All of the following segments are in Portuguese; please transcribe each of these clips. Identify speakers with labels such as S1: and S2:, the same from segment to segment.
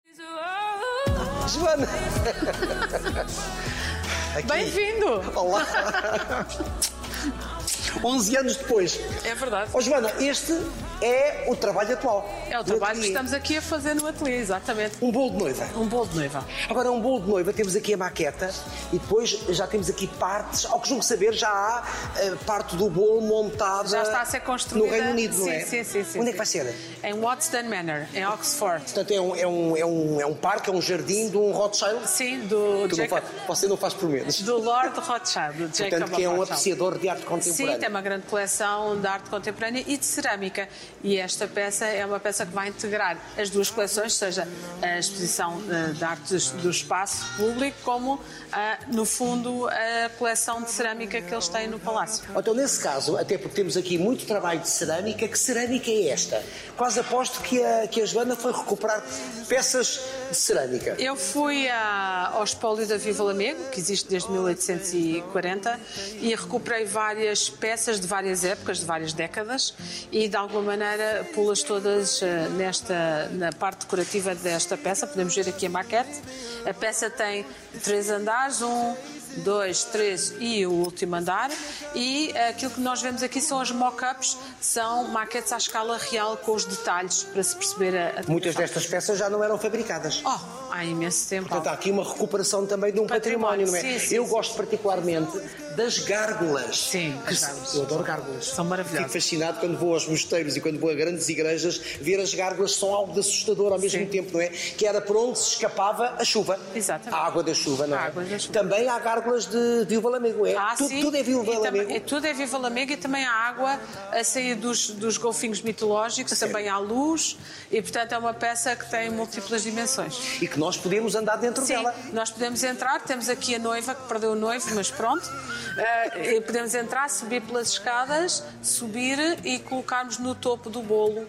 S1: Joana! Aqui.
S2: Bem-vindo!
S1: Olá! 11 anos depois.
S2: É verdade.
S1: Oh, Joana, este é o trabalho atual.
S2: É o
S1: do
S2: trabalho
S1: ateliê.
S2: que estamos aqui é a fazer no ateliê, exatamente.
S1: Um bolo de noiva.
S2: Um bolo de noiva.
S1: Agora é um bolo de noiva, temos aqui a maqueta e depois já temos aqui partes, ao que julgo saber, já há eh, parte do bolo montada
S2: Já está a ser construída.
S1: no Reino Unido,
S2: sim,
S1: não é?
S2: Sim, sim,
S1: Onde
S2: sim.
S1: é
S2: sim.
S1: que vai ser?
S2: Em Watsden Manor, em Oxford.
S1: Portanto, é um, é, um, é, um, é um parque, é um jardim de um Rothschild.
S2: Sim, do,
S1: Tu não
S2: Jacob,
S1: faz, você não faz por menos.
S2: do Lord Rothschild, do Jacob
S1: Portanto, que é um
S2: Rothschild.
S1: apreciador de arte
S2: Sim, tem
S1: contemporânea.
S2: uma grande coleção de arte contemporânea e de cerâmica. E esta peça é uma peça que vai integrar as duas coleções, seja a exposição eh, de arte do- do espaço público, como, ah, no fundo, a coleção de cerâmica que eles têm no Palácio.
S1: Então, nesse caso, até porque temos aqui muito trabalho de cerâmica, que cerâmica é esta? Quase aposto que a, que a Joana foi recuperar peças de cerâmica.
S2: Eu fui a, ao espólio da Viva Lamego, que existe desde 1840, e recuperei várias peças de várias épocas, de várias décadas, e de alguma maneira pô-las todas eh, nesta, na parte decorativa desta peça. Podemos ver aqui a maquete. A peça tem três andares, um, dois, três e o último andar. E aquilo que nós vemos aqui são as mock-ups, são maquetes à escala real com os detalhes para se perceber a. a
S1: Muitas destas peças já não eram fabricadas.
S2: Oh, há imenso tempo.
S1: Portanto, há aqui uma recuperação também de um património,
S2: Património,
S1: não é?
S2: sim, sim,
S1: eu
S2: sim.
S1: gosto particularmente das gárgulas.
S2: Sim,
S1: Que
S2: as
S1: se-
S2: gárgulas.
S1: Eu adoro gárgulas.
S2: São maravilhosas.
S1: Fico fascinado quando vou aos mosteiros e quando vou a grandes igrejas, ver as gárgulas são algo de assustador ao mesmo
S2: Sim.
S1: tempo, não é? Que era por onde se escapava a chuva.
S2: Exatamente.
S1: A água da chuva, não é?
S2: A água da chuva.
S1: Também há gárgulas de Viúva Lamego, é?
S2: Ah,
S1: tudo,
S2: sim.
S1: tudo é
S2: E
S1: Viúva
S2: também-
S1: Lamego.
S2: e Tudo é Viva Lamego e também há água a sair dos, dos golfinhos mitológicos, também há luz e, portanto, é uma peça que tem múltiplas dimensões.
S1: E que nós podemos andar dentro
S2: Sim,
S1: dela.
S2: nós podemos entrar, temos aqui a noiva que perdeu o noivo, mas pronto. Eh, e podemos entrar, subir pelas escadas, subir e colocarmos no topo do bolo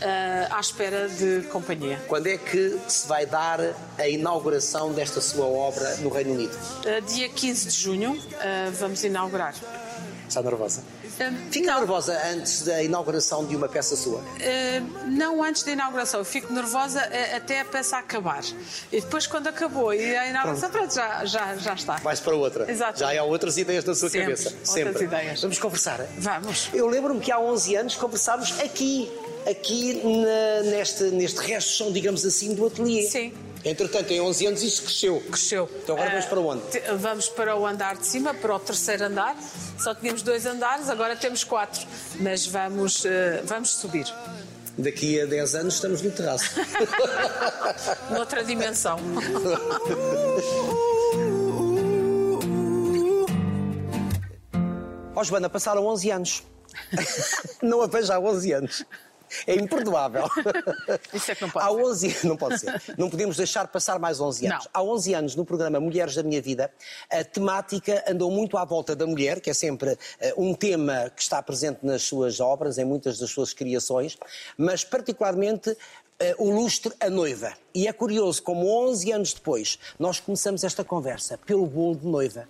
S2: eh, à espera de companhia.
S1: Quando é que se vai dar a inauguração desta sua obra no Reino Unido?
S2: Eh, dia 15 de junho eh, vamos inaugurar.
S1: Está nervosa?
S2: Eh,
S1: Fica nervosa antes da inauguração de uma peça sua?
S2: Eh, não antes da inauguração, eu fico nervosa eh, até a peça acabar. E depois, quando acabou e a inauguração, pronto, já, já, já está.
S1: Vais para outra.
S2: Exato.
S1: Já há outras ideias na sua
S2: Sempre,
S1: cabeça.
S2: outras ideias.
S1: Vamos conversar.
S2: Vamos.
S1: Eu lembro-me que há 11 anos conversámos aqui, aqui na- neste, neste resto, são, digamos assim, do ateliê.
S2: Sim.
S1: Entretanto, em 11 anos isto cresceu.
S2: Cresceu.
S1: Então agora vamos
S2: Eh,
S1: para onde?
S2: te- Vamos para o andar de cima, para o terceiro andar. Só tínhamos dois andares, agora temos quatro. Mas vamos, eh, vamos subir.
S1: Daqui a 10 anos estamos no terraço.
S2: Noutra dimensão.
S1: Ó Joana, passaram 11 anos. não a vejo há 11 anos. É imperdoável.
S2: Isso é que não
S1: Há
S2: pode.
S1: 11 anos, não pode ser. Não podemos deixar passar mais 11 anos.
S2: Não.
S1: Há 11 anos, no programa Mulheres da Minha Vida, a temática andou muito à volta da mulher, que é sempre eh, um tema que está presente nas suas obras, em muitas das suas criações, mas particularmente eh, o lustre a noiva. E é curioso como 11 anos depois nós começamos esta conversa pelo bolo de noiva.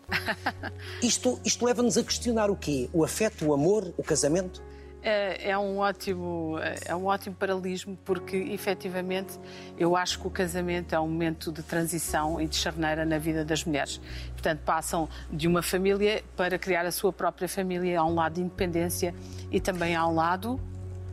S1: Isto, isto leva-nos a questionar o quê? O afeto, o amor, o casamento?
S2: É, é um ótimo, é um ótimo paralelismo porque, efetivamente, eu acho que o casamento é um momento de transição e de charneira na vida das mulheres. Portanto, passam de uma família para criar a sua própria família. Há um lado de independência e também há um lado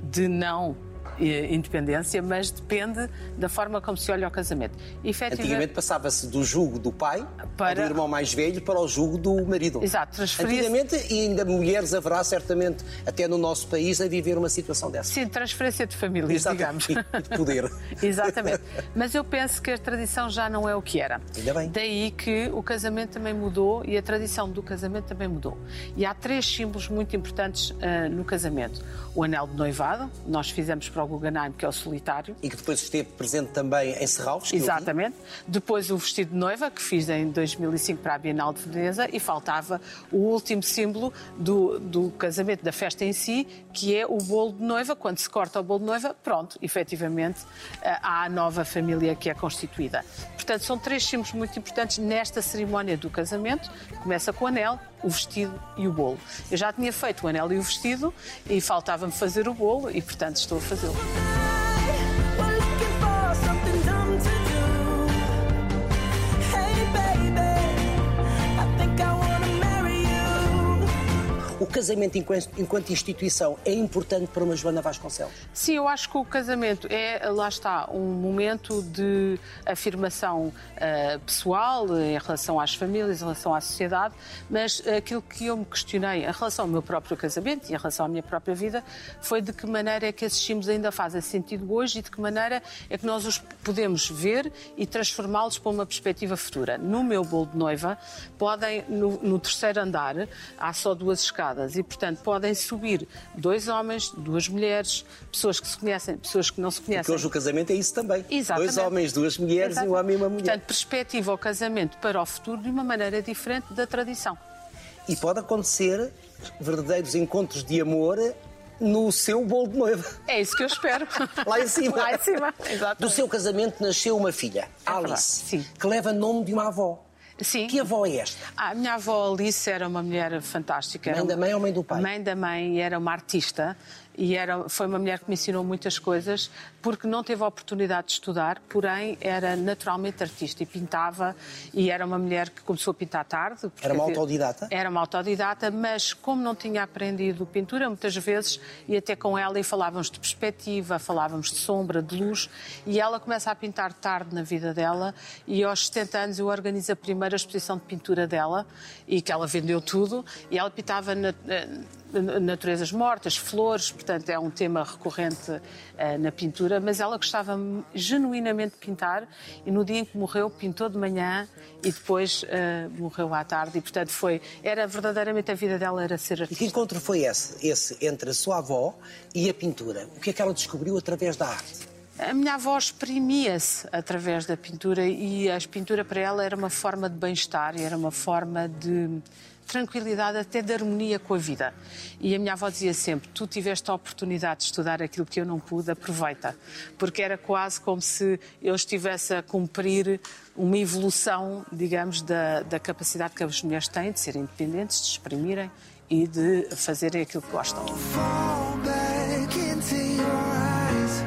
S2: de não eh, independência, mas depende da forma como se olha ao casamento. Efetivamente,
S1: Antigamente passava-se do jugo do pai,
S2: É Para-
S1: do irmão mais velho, para o jugo do marido.
S2: Exato, transferia-se
S1: Antigamente, e ainda mulheres haverá certamente, até no nosso país, a viver uma situação dessa.
S2: Sim, transferência de família,
S1: Exatamente.
S2: digamos.
S1: E de poder.
S2: Exatamente. Mas eu penso que a tradição já não é o que era.
S1: Ainda bem.
S2: Daí que o casamento também mudou e a tradição do casamento também mudou. E há três símbolos muito importantes ah, no casamento: o anel de noivado, nós fizemos para o Guggenheim, que é o solitário.
S1: E que depois esteve presente também em Serralves. que eu vi.
S2: Exatamente. Depois o vestido de noiva, que fiz em 2005 para a Bienal de Veneza, e faltava o último símbolo do, do casamento, da festa em si, que é o bolo de noiva. Quando se corta o bolo de noiva, pronto, efetivamente eh, há a nova família que é constituída. Portanto, são três símbolos muito importantes nesta cerimónia do casamento. Começa com o anel, o vestido e o bolo. Eu já tinha feito o anel e o vestido, e faltava-me fazer o bolo, e portanto estou a fazê-lo.
S3: We're looking for something dumb to do.
S1: casamento enquanto, enquanto instituição é importante para uma Joana Vasconcelos?
S2: Sim, eu acho que o casamento é, lá está, um momento de afirmação eh, pessoal eh, em relação às famílias, em relação à sociedade, mas aquilo que eu me questionei em relação ao meu próprio casamento e em relação à minha própria vida foi de que maneira é que assistimos ainda fazem sentido hoje e de que maneira é que nós os podemos ver e transformá-los para uma perspectiva futura. No meu bolo de noiva, podem, no, no terceiro andar, há só duas escadas e, portanto, podem subir dois homens, duas mulheres, pessoas que se conhecem, pessoas que não se
S1: Porque
S2: conhecem.
S1: hoje o casamento é isso também.
S2: Exatamente.
S1: Dois homens, duas mulheres e um homem e uma mulher.
S2: Portanto, perspectiva ao casamento para o futuro de uma maneira diferente da tradição.
S1: E pode acontecer verdadeiros encontros de amor no seu bolo de noiva.
S2: É isso que eu espero.
S1: Lá em cima.
S2: Lá em cima, exatamente. É
S1: Do seu casamento nasceu uma filha,
S2: verdade,
S1: Alice,
S2: sim.
S1: que leva nome de uma avó.
S2: Sim.
S1: Que avó é esta?
S2: Ah, A minha avó Alice era uma mulher fantástica.
S1: Mãe
S2: Era
S1: da
S2: uma-
S1: mãe ou mãe do pai?
S2: Mãe da mãe, e era uma artista e era, foi uma mulher que me ensinou muitas coisas porque não teve a oportunidade de estudar, porém era naturalmente artista e pintava e era uma mulher que começou a pintar tarde. porque-
S1: Era uma autodidata?
S2: Era uma autodidata, mas como não tinha aprendido pintura, muitas vezes ia até com ela e falávamos de perspectiva, falávamos de sombra, de luz, e ela começa a pintar tarde na vida dela e aos 70 anos eu organizo a primeira exposição de pintura dela e que ela vendeu tudo e ela pintava na- na- naturezas mortas, flores, portanto é um tema recorrente eh, na pintura, mas ela gostava genuinamente de pintar e no dia em que morreu pintou de manhã e depois eh, morreu à tarde e portanto foi era verdadeiramente a vida dela era ser
S1: E que
S2: artista.
S1: encontro foi esse, esse entre a sua avó e a pintura? O que é que ela descobriu através da arte?
S2: A minha avó exprimia-se através da pintura e a pintura para ela era uma forma de bem-estar, e era uma forma de tranquilidade, até de harmonia com a vida. E a minha avó dizia sempre: Tu tiveste a oportunidade de estudar aquilo que eu não pude, aproveita. Porque era quase como se eu estivesse a cumprir uma evolução, digamos, da, da capacidade que as mulheres têm de serem independentes, de se exprimirem e de fazerem aquilo que gostam.
S3: fall back into your eyes.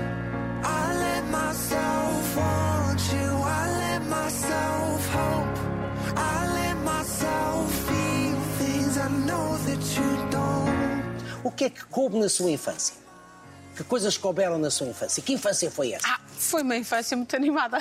S3: I let myself want you. I let myself hope. I let myself feel things I know that you don't.
S1: O que é que coube na sua infância? Que coisas couberam na sua infância? Que infância foi essa?
S2: Ah, foi uma infância muito animada.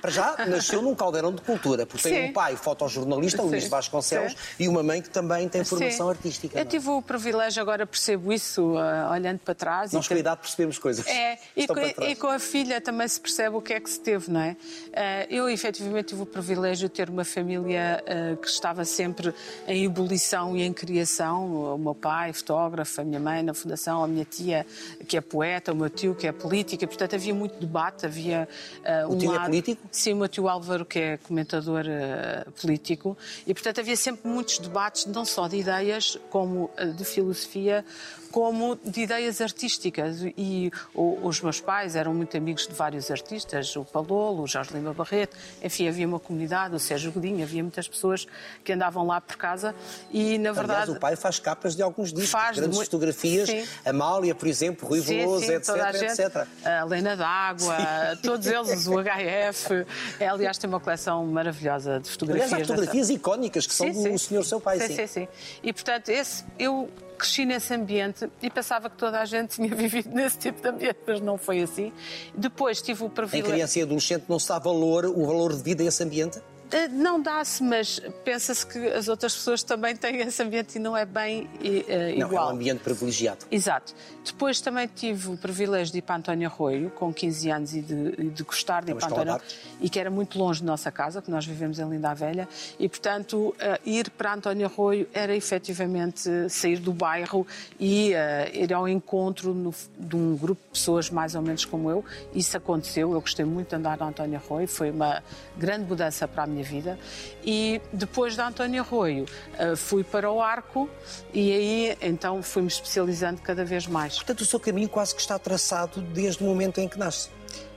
S1: Para já, nasceu num caldeirão de cultura, porque tem
S2: Sim.
S1: um pai fotojornalista, Luís
S2: Sim.
S1: Vasconcelos,
S2: Sim.
S1: e uma mãe que também tem formação
S2: Sim.
S1: artística.
S2: Eu
S1: não é?
S2: tive o privilégio, agora percebo isso, ah, olhando para trás. e
S1: Nós, com a idade, percebemos coisas.
S2: é, e,
S1: Estão
S2: co-
S1: para trás.
S2: e com a filha também se percebe o que é que se teve, não é? Ah, eu, efetivamente, tive o privilégio de ter uma família ah, que estava sempre em ebulição e em criação. O meu pai, fotógrafo, a minha mãe na fundação, a minha tia, que é poeta, o meu tio, que é política. Portanto, havia muito debate, havia ah, um
S1: tio é
S2: lado...
S1: político?
S2: Sim, o meu tio Álvaro, que é comentador eh, político, e portanto havia sempre muitos debates, não só de ideias, como eh, de filosofia, como de ideias artísticas. E o- os meus pais eram muito amigos de vários artistas, o Palolo, o Jorge Lima Barreto, enfim, havia uma comunidade, o Sérgio Godinho, havia muitas pessoas que andavam lá por casa e, na
S1: Aliás,
S2: verdade.
S1: o pai faz capas de alguns discos,
S2: Faz de
S1: grandes
S2: mu-
S1: fotografias,
S2: Sim.
S1: Amália, por exemplo, Rui Veloso, etc,
S2: toda a gente.
S1: etc.
S2: A Lena d'Água, todos eles, o HF. É, aliás, tem uma coleção maravilhosa de
S1: Aliás,
S2: fotografias.
S1: há
S2: dessa-
S1: fotografias icónicas que são
S2: Sim,
S1: do
S2: sim.
S1: senhor seu pai, sim.
S2: Sim, sim. E portanto, esse, eu cresci nesse ambiente e pensava que toda a gente tinha vivido nesse tipo de ambiente, mas não foi assim. Depois tive o
S1: Em
S2: privilégio.
S1: criança e adolescente não se dá valor, o valor devido a esse ambiente?
S2: Eh, Não dá-se, mas pensa-se que as outras pessoas também têm esse ambiente e não é bem eh,
S1: Não, é
S2: igual.
S1: um ambiente privilegiado.
S2: Exato. Depois também tive o privilégio de ir para António Arroio, com 15 anos, e de, e de gostar
S1: É
S2: de ir
S1: uma
S2: para
S1: escola de
S2: António
S1: arte.
S2: e que era muito longe da nossa casa, que nós vivemos em Linda a Velha, e portanto eh, ir para António Arroio era efetivamente eh, sair do bairro e eh, ir ao encontro no- de um grupo de pessoas mais ou menos como eu. Isso aconteceu, eu gostei muito de andar no António Arroio, foi uma grande mudança para a minha vida. E depois de António Arroio eh, fui para o Arco e aí então fui-me especializando cada vez mais.
S1: Portanto, o seu caminho quase que está traçado desde o momento em que nasce.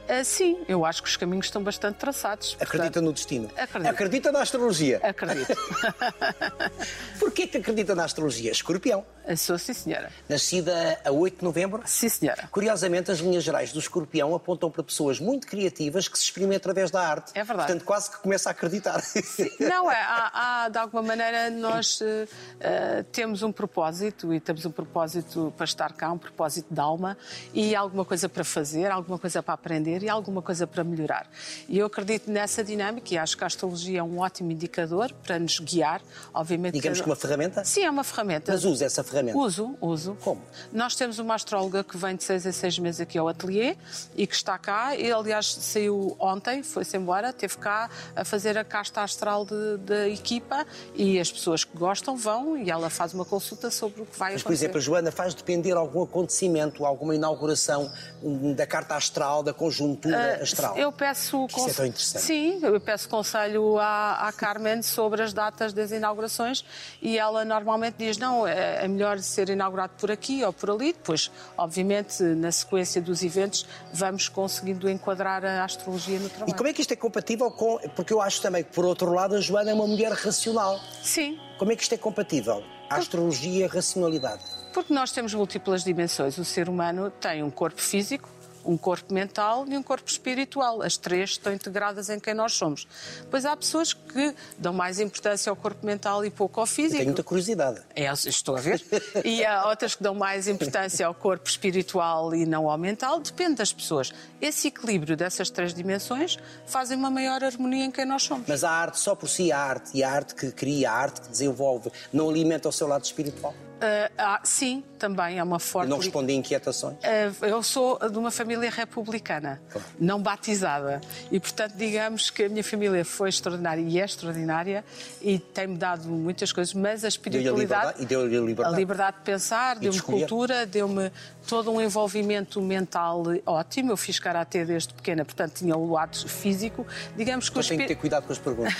S2: Ah, sim, eu acho que os caminhos estão bastante traçados.
S1: Acredita
S2: portanto,
S1: no destino.
S2: acredito.
S1: Acredita na astrologia.
S2: Acredito.
S1: Porquê que acredita na astrologia? Escorpião.
S2: Ah, Sou sim, senhora.
S1: Nascida a 8 de novembro.
S2: Sim, senhora.
S1: Curiosamente, as linhas gerais do escorpião apontam para pessoas muito criativas que se exprimem através da arte.
S2: É verdade.
S1: Portanto, quase que começa a acreditar.
S2: Não, é, há, há, de alguma maneira nós eh, eh, temos um propósito e temos um propósito para estar cá, um propósito de alma e alguma coisa para fazer, alguma coisa para aprender e alguma coisa para melhorar. E eu acredito nessa dinâmica e acho que a astrologia é um ótimo indicador para nos guiar, obviamente.
S1: Digamos que uma ferramenta?
S2: Sim, é uma ferramenta.
S1: Mas usa essa ferramenta.
S2: Uso, uso.
S1: Como?
S2: Nós temos uma astróloga que vem de seis em seis meses aqui ao ateliê e que está cá. E, aliás, saiu ontem, foi-se embora, esteve cá a fazer a casta astral de- da equipa e as pessoas que gostam vão e ela faz uma consulta sobre o que vai
S1: Mas, por
S2: acontecer.
S1: exemplo, a Joana faz depender algum acontecimento, alguma inauguração hum, da carta astral, da conjuntura astral.
S2: Ah, Eu peço
S1: Isso é tão interessante.
S2: Sim, eu peço conselho à, à Carmen sobre as datas das inaugurações e ela normalmente diz não, é, é melhor ser inaugurado por aqui ou por ali. Depois, obviamente, na sequência dos eventos, vamos conseguindo enquadrar a astrologia no trabalho.
S1: E como é que isto é compatível com. Porque eu acho também que, por outro lado, a Joana é uma mulher racional.
S2: Sim,
S1: Como é que isto é compatível? A astrologia e a racionalidade.
S2: Porque nós temos múltiplas dimensões. O ser humano tem um corpo físico, um corpo mental e um corpo espiritual. As três estão integradas em quem nós somos. Pois há pessoas que dão mais importância ao corpo mental e pouco ao
S1: Eu tenho
S2: físico.
S1: muita curiosidade.
S2: É, estou a ver. E há outras que dão mais importância ao corpo espiritual e não ao mental, depende das pessoas. Esse equilíbrio dessas três dimensões fazem uma maior harmonia em quem nós somos.
S1: Mas a arte, só por si, a arte, e a arte que cria, a arte que desenvolve, não alimenta o seu lado espiritual?
S2: Ah, ah, sim, também é uma forte.
S1: Não responde a inquietações?
S2: Eh, Eu sou de uma família republicana, não batizada. E, portanto, digamos que a minha família foi extraordinária e é extraordinária e tem-me dado muitas coisas, mas a espiritualidade.
S1: liberdade- e deu-lhe a liberdade.
S2: a liberdade de pensar, deu-me
S1: escolher.
S2: cultura, deu-me todo um envolvimento mental ótimo. Eu fiz karatê desde pequena, portanto, tinha o lado físico. Digamos que o
S1: Mas tenho que
S2: espírito
S1: ter cuidado com as perguntas.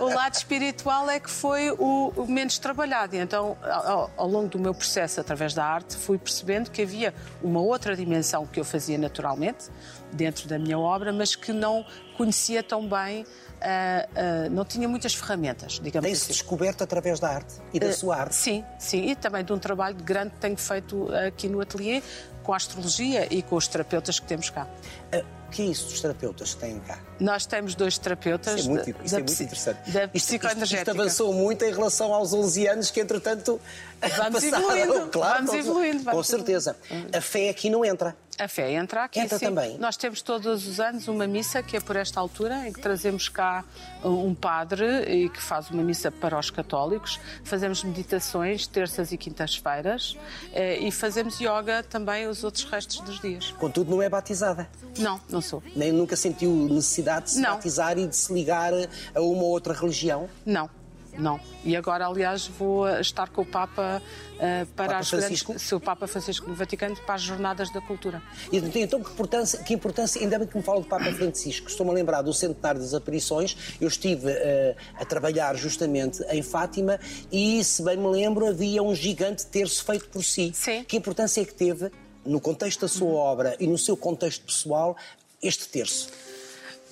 S2: o lado espiritual é que foi o, o menos trabalhado. E Então, ao, ao longo do meu processo através da arte, fui percebendo que havia uma outra dimensão que eu fazia naturalmente dentro da minha obra, mas que não conhecia tão bem, ah, ah, não tinha muitas ferramentas, digamos
S1: Tem-se
S2: assim.
S1: descoberto através da arte e
S2: Eh,
S1: da sua arte.
S2: Sim, sim, e também de um trabalho grande que tenho feito aqui no ateliê com a astrologia e com os terapeutas que temos cá.
S1: Ah, O que é isso dos terapeutas que têm cá?
S2: Nós temos dois terapeutas
S1: Isso é muito, isso é
S2: da, da
S1: muito
S2: psi-
S1: interessante.
S2: da
S1: Isto- isto, isto,
S2: psicoenergética.
S1: avançou muito em relação aos 11 anos que, entretanto,
S2: Vamos
S1: passaram.
S2: evoluindo,
S1: Claro,
S2: vamos
S1: com-
S2: evoluindo,
S1: Com
S2: vamos
S1: certeza. A fé aqui não entra.
S2: A fé entra aqui.
S1: Entra
S2: sim.
S1: também.
S2: Nós temos todos os anos uma missa que é por esta altura, em que trazemos cá um padre e que faz uma missa para os católicos. Fazemos meditações terças e quintas-feiras eh, e fazemos yoga também os outros restos dos dias.
S1: Contudo, não é batizada.
S2: Não, não sou.
S1: Nem nunca sentiu necessidade de se
S2: Não.
S1: batizar e de se ligar a uma ou outra religião.
S2: Não. Não. E agora, aliás, vou eh, estar com o Papa eh, para
S1: Papa
S2: as
S1: Francisco?
S2: grandes, se o Papa Francisco no Vaticano para as jornadas da cultura.
S1: E Então, que importância, que importância, ainda bem que me fala do Papa Francisco, estou-me a lembrar do centenário das aparições, eu estive eh, a trabalhar justamente em Fátima e, se bem me lembro, havia um gigante terço feito por si.
S2: Sim. Uhum.
S1: Que importância é que teve, no contexto da sua obra e no seu contexto pessoal, este terço?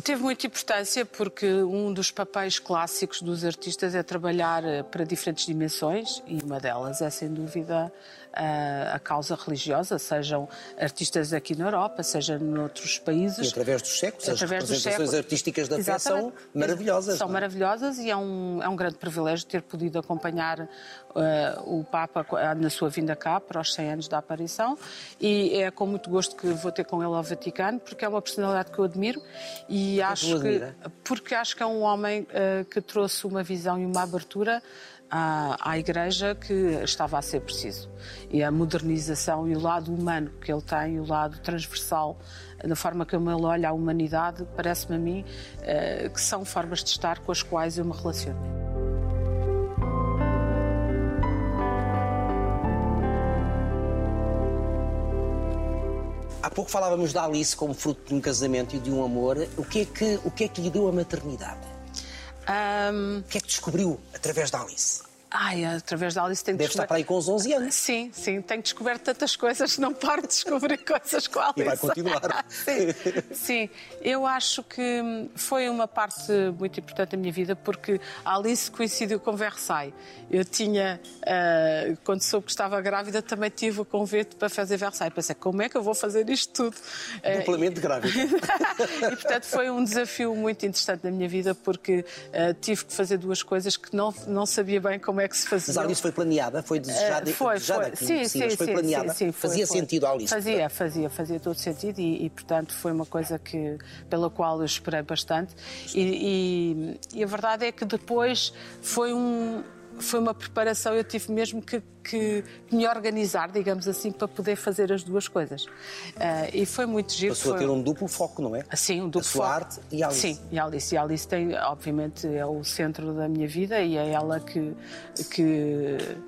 S2: Teve muita importância porque um dos papéis clássicos dos artistas é trabalhar eh, para diferentes dimensões e uma delas é, sem dúvida, eh, a, a causa religiosa, sejam artistas aqui na Europa, seja noutros
S1: E
S2: países.
S1: através dos séculos,
S2: Através
S1: as
S2: dos
S1: representações
S2: séculos.
S1: artísticas da fé são
S2: Exatamente.
S1: maravilhosas.
S2: São
S1: não é?
S2: maravilhosas e é um, é um grande privilégio ter podido acompanhar eh, o Papa co- na sua vinda cá para os 100 anos da aparição e é com muito gosto que vou ter com ele ao Vaticano porque é uma personalidade que eu admiro
S1: É
S2: e acho que
S1: admira?
S2: porque acho que é um homem eh, que trouxe uma visão e uma abertura à, à Igreja que estava a ser preciso. E a modernização e o lado humano que ele tem, e o lado transversal, da forma como ele olha a humanidade, parece-me a mim eh, que são formas de estar com as quais eu me relaciono.
S1: Há pouco falávamos da Alice como fruto de um casamento e de um amor. O que é que, o que, é que lhe deu a maternidade?
S2: Ahm,
S1: O que é que descobriu através da Alice?
S2: Ah, Ai, através da Alice tenho
S1: Deve estar para aí com uns 11 anos.
S2: Sim, sim, tenho descoberto tantas coisas, não paro de descobrir coisas com a Alice.
S1: E vai continuar.
S2: sim, sim, eu acho que hum, foi uma parte muito importante da minha vida porque a Alice coincidiu com Versailles. Eu tinha, ah, quando soube que estava grávida, também tive o convite para fazer Versailles. Pensei, como é que eu vou fazer isto tudo? Eh,
S1: Duplamente grávida.
S2: e portanto foi um desafio muito interessante na minha vida porque eh, tive que fazer duas coisas que não, não sabia bem como é que se fazia.
S1: Mas a Alice foi planeada, foi desejada,
S2: Eh, foi,
S1: desejada
S2: foi.
S1: que
S2: Sim,
S1: sim,
S2: sim,
S1: mas foi
S2: sim,
S1: planeada.
S2: sim, sim, foi,
S1: Fazia
S2: foi.
S1: sentido à Alice.
S2: Fazia, fazia, fazia todo sentido e, e, portanto foi uma coisa que, pela qual eu esperei bastante. E, e- e a verdade é que depois foi um. Foi uma preparação, eu tive mesmo que, que me organizar, digamos assim, para poder fazer as duas coisas. Eh, e foi muito giro.
S1: Passou a
S2: foi-
S1: ter um duplo foco, não é?
S2: Sim, um duplo
S1: A sua
S2: foco.
S1: arte e a Alice.
S2: Sim, e a Alice. E a Alice tem, obviamente, é o centro da minha vida e é ela que, que,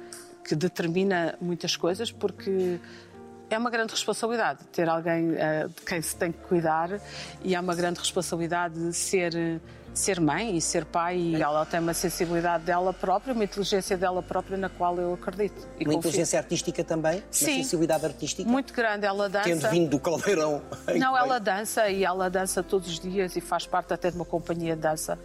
S2: que determina muitas coisas, porque é uma grande responsabilidade ter alguém eh, de quem se tem que cuidar e é uma grande responsabilidade de ser. eh, Ser mãe e ser pai, e ela tem uma sensibilidade dela própria, uma inteligência dela própria na qual eu acredito. E
S1: Uma
S2: confio.
S1: inteligência artística também, uma
S2: Sim.
S1: sensibilidade artística,
S2: muito grande, ela dança.
S1: tendo vindo do caldeirão. em
S2: Não,
S1: que
S2: ela
S1: veio.
S2: dança e ela dança todos os dias e faz parte até de uma companhia de dança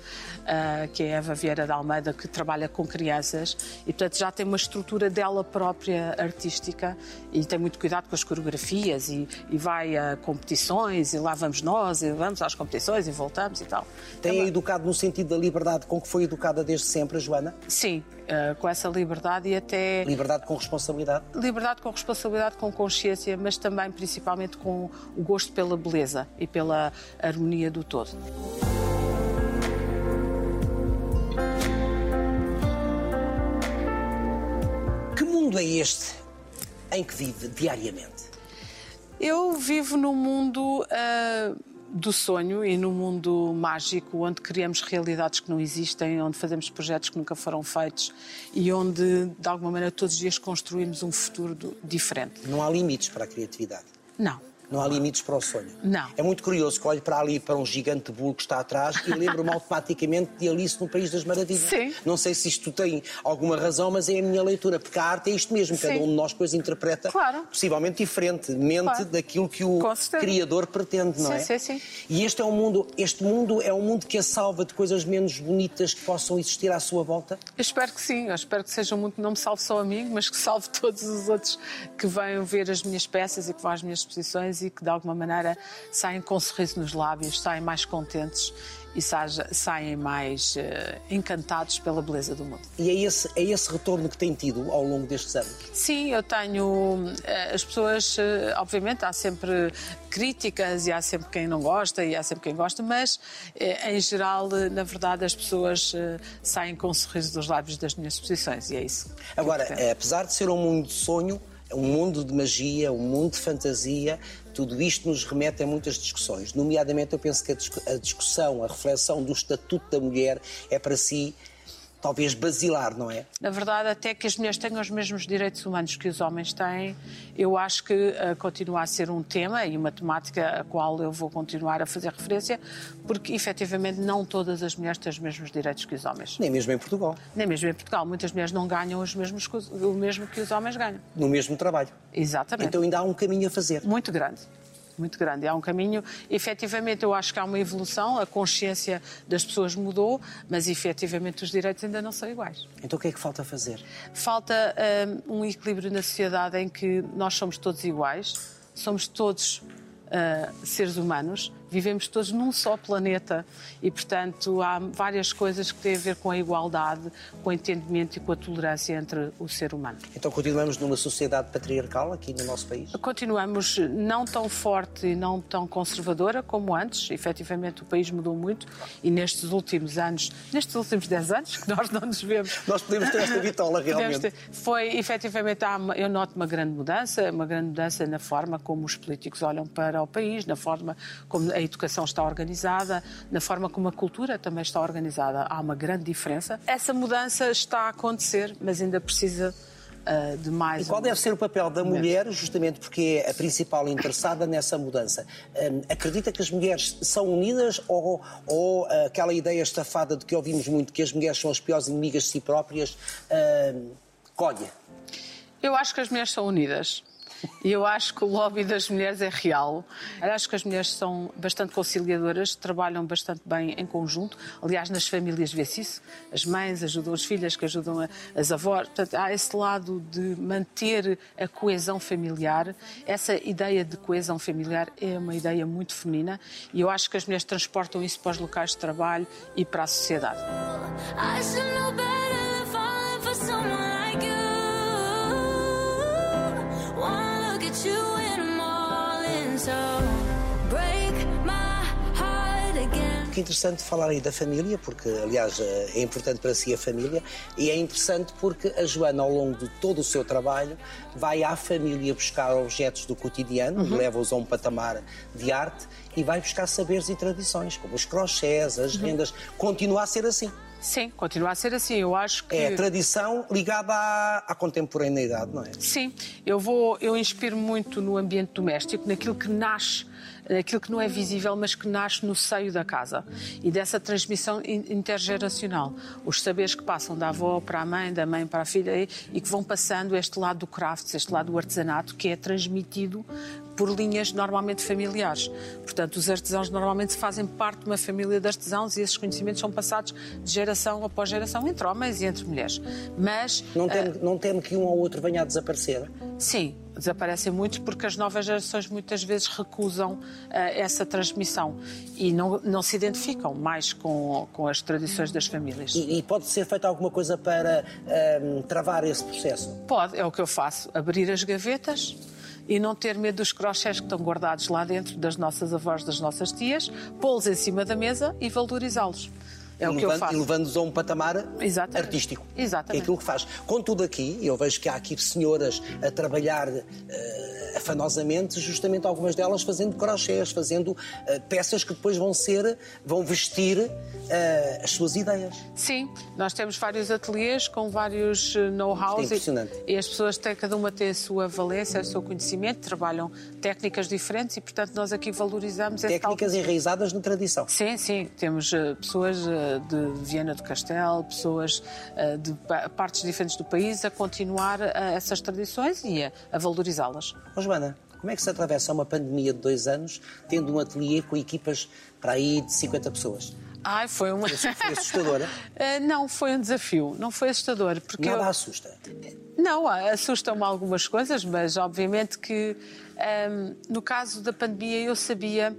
S2: ah, que é a Eva Vieira da Almeida, que trabalha com crianças e, portanto, já tem uma estrutura dela própria artística e tem muito cuidado com as coreografias e, e vai a competições e lá vamos nós e vamos às competições e voltamos e tal.
S1: Tem a educado no sentido da liberdade com que foi educada desde sempre, a Joana?
S2: Sim, ah, com essa liberdade e até.
S1: Liberdade com responsabilidade?
S2: liberdade com responsabilidade, com consciência, mas também principalmente com o gosto pela beleza e pela harmonia do todo.
S1: Que mundo é este em que vive diariamente?
S2: Eu vivo num mundo ah, do sonho e num mundo mágico, onde criamos realidades que não existem, onde fazemos projetos que nunca foram feitos e onde, de alguma maneira, todos os dias construímos um futuro do- diferente.
S1: Não há limites para a criatividade.
S2: Não.
S1: Não há limites para o sonho.
S2: Não.
S1: É muito curioso que olho para ali, para um gigante bolo que está atrás e lembro-me automaticamente de Alice no País das Maravilhas.
S2: Sim.
S1: Não sei se isto tem alguma razão, mas é a minha leitura, porque a arte é isto mesmo. Cada
S2: Sim.
S1: um de nós depois interpreta,
S2: Claro.
S1: possivelmente diferentemente
S2: Claro.
S1: daquilo que o
S2: Com certeza.
S1: criador pretende, não
S2: Sim,
S1: é?
S2: sim, sim.
S1: E este é um mundo, este mundo é um mundo que a salva de coisas menos bonitas que possam existir à sua volta.
S2: Eu espero que sim, eu espero que seja um mundo que não me salve só a mim, mas que salve todos os outros que venham ver as minhas peças e que vão às minhas exposições e que de alguma maneira saem com um sorriso nos lábios, saem mais contentes e sa- saem mais eh, encantados pela beleza do mundo.
S1: E é esse, é esse retorno que tem tido ao longo destes anos.
S2: Sim, eu tenho. eh, As pessoas, eh, obviamente, há sempre críticas e há sempre quem não gosta e há sempre quem gosta, mas eh, em geral, eh, na verdade, as pessoas eh, saem com um sorriso dos lábios das minhas exposições e é isso. que
S1: Agora,
S2: importa.
S1: eh, apesar de ser um mundo de sonho, é um mundo de magia, um mundo de fantasia, tudo isto nos remete a muitas discussões. Nomeadamente, eu penso que a discu- a discussão, a reflexão do estatuto da mulher é para si talvez basilar, não é?
S2: Na verdade, até que as mulheres tenham os mesmos direitos humanos que os homens têm, eu acho que eh, continua a ser um tema e uma temática a qual eu vou continuar a fazer referência, porque efetivamente não todas as mulheres têm os mesmos direitos que os homens.
S1: Nem mesmo em Portugal,
S2: Nem mesmo em Portugal, muitas mulheres não ganham os mesmos, co- o mesmo que os homens ganham.
S1: no mesmo trabalho.
S2: Exatamente.
S1: Então ainda há um caminho a fazer.
S2: Muito grande. Muito grande. Há um caminho. Efetivamente, eu acho que há uma evolução, a consciência das pessoas mudou, mas efetivamente os direitos ainda não são iguais.
S1: Então o que é que falta fazer?
S2: Falta hum, um equilíbrio na sociedade em que nós somos todos iguais, somos todos uh, seres humanos, vivemos todos num só planeta e, portanto, há várias coisas que têm a ver com a igualdade, com o entendimento e com a tolerância entre o ser humano.
S1: Então continuamos numa sociedade patriarcal aqui no nosso país?
S2: Continuamos não tão forte e não tão conservadora como antes. Efetivamente, o país mudou muito e nestes últimos anos, nestes últimos 10 anos, que nós não nos vemos
S1: Nós podemos ter esta vitola
S2: Podemos
S1: realmente.
S2: ter- Foi, efetivamente, há uma- eu noto uma grande mudança, uma grande mudança na forma como os políticos olham para o país, na forma como a educação está organizada, na forma como a cultura também está organizada. Há uma grande diferença. Essa mudança está a acontecer, mas ainda precisa ah, de mais.
S1: E qual é
S2: um-
S1: deve ser o papel da mulher, justamente porque é a principal interessada nessa mudança? Hum, acredita que as mulheres são unidas ou, ou, ah, aquela ideia estafada de que ouvimos muito, que as mulheres são as piores inimigas de si próprias, hum, colhe?
S2: Eu acho que as mulheres são unidas. E eu acho que o lobby das mulheres é real. Eu acho que as mulheres são bastante conciliadoras, trabalham bastante bem em conjunto. Aliás, nas famílias vê-se isso. As mães ajudam as filhas, que ajudam a- as avós. Portanto, há esse lado de manter a coesão familiar. Essa ideia de coesão familiar é uma ideia muito feminina e eu acho que as mulheres transportam isso para os locais de trabalho e para a sociedade.
S4: I should know better than falling for someone like you. One look at you and I'm all in, so break my heart again.
S1: Que interessante falar aí da família, porque, aliás, eh, é importante para si a família, e é interessante porque a Joana, ao longo de todo o seu trabalho, vai à família buscar objetos do cotidiano, leva-os a um patamar de arte e vai buscar saberes e tradições, como os crochés, as rendas. Continua a ser assim.
S2: Sim, continua a ser assim. Eu acho que.
S1: É a tradição ligada à, à contemporaneidade, não é?
S2: Sim, eu vou, eu inspiro muito no ambiente doméstico, naquilo que nasce, naquilo que não é visível, mas que nasce no seio da casa e dessa transmissão in- intergeracional, os saberes que passam da avó para a mãe, da mãe para a filha e, e que vão passando este lado do craft, este lado do artesanato que é transmitido por linhas normalmente familiares. Portanto, os artesãos normalmente fazem parte de uma família de artesãos e esses conhecimentos são passados de geração após geração entre homens e entre mulheres. Mas
S1: Não teme, não teme que um ou outro venha a desaparecer?
S2: Sim, desaparecem muitos porque as novas gerações muitas vezes recusam eh, essa transmissão e não, não se identificam mais com, com as tradições das famílias.
S1: E, e pode ser feita alguma coisa para ehm, travar esse processo?
S2: Pode, é o que eu faço, abrir as gavetas e não ter medo dos crochés que estão guardados lá dentro das nossas avós, das nossas tias, pô-los em cima da mesa e valorizá-los. É o que eu
S1: Elevando-
S2: faço.
S1: Elevando-os a um patamar
S2: Exatamente.
S1: artístico.
S2: Exatamente.
S1: É aquilo que faz. Contudo, aqui, eu vejo que há aqui senhoras a trabalhar eh, afanosamente, justamente algumas delas fazendo crochês, fazendo eh, peças que depois vão ser, vão vestir eh, as suas ideias.
S2: Sim, nós temos vários ateliês com vários eh,
S1: Isto
S2: know-hows
S1: é impressionante.
S2: e, e as pessoas têm, cada uma tem a sua valência, o seu conhecimento, trabalham técnicas diferentes e, portanto, nós aqui valorizamos esse tal- tipo.
S1: Técnicas enraizadas na tradição.
S2: Sim, sim, temos eh, pessoas eh, de Viena do Castelo, pessoas eh, de pa- partes diferentes do país a continuar eh, essas tradições e a- a valorizá-las.
S1: Ó, Joana, como é que se atravessa uma pandemia de dois anos tendo um ateliê com equipas para aí de 50 pessoas?
S2: Ai, foi uma.
S1: Foi assustadora?
S2: Eh, Não, foi um desafio, não foi assustador. Porque eu-
S1: Nada assusta.
S2: Não, assustam-me algumas coisas, mas obviamente que hum, no caso da pandemia eu sabia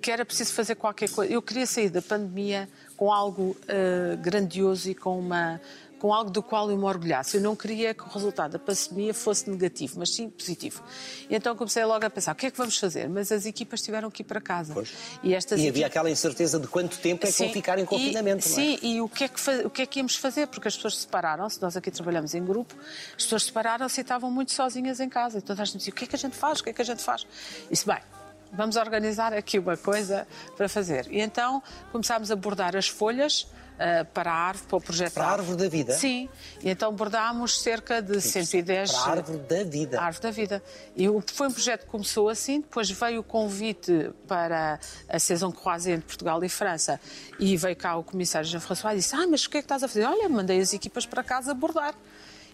S2: que era preciso fazer qualquer coisa. Eu queria sair da pandemia com algo eh, grandioso e com uma com algo do qual eu me orgulhasse. Eu não queria que o resultado da pandemia fosse negativo, mas sim positivo. E então comecei logo a pensar, o que é que vamos fazer? Mas as equipas tiveram que ir para casa.
S1: Pois.
S2: E estas
S1: E
S2: equipas-
S1: havia aquela incerteza de quanto tempo é que vão
S2: Sim,
S1: ficar em
S2: e-
S1: confinamento. não é?
S2: Sim, e o que, é que, fa- o que é que íamos fazer? Porque as pessoas separaram-se, nós aqui trabalhamos em grupo, as pessoas separaram-se e estavam muito sozinhas em casa. Então a gente dizia: o que é que a gente faz? O que é que a gente faz? Isso bem. Vamos organizar aqui uma coisa para fazer. E então começámos a bordar as folhas ah, para a árvore, para o projeto.
S1: Para a árvore da vida?
S2: Sim. E então bordámos cerca de 110
S1: Para a árvore da vida.
S2: a Árvore da Vida. E o- foi um projeto que começou assim, depois veio o convite para a Saison Croisée entre Portugal e França e veio cá o comissário Jean François e disse: Ah, mas o que é que estás a fazer? Olha, mandei as equipas para casa abordar.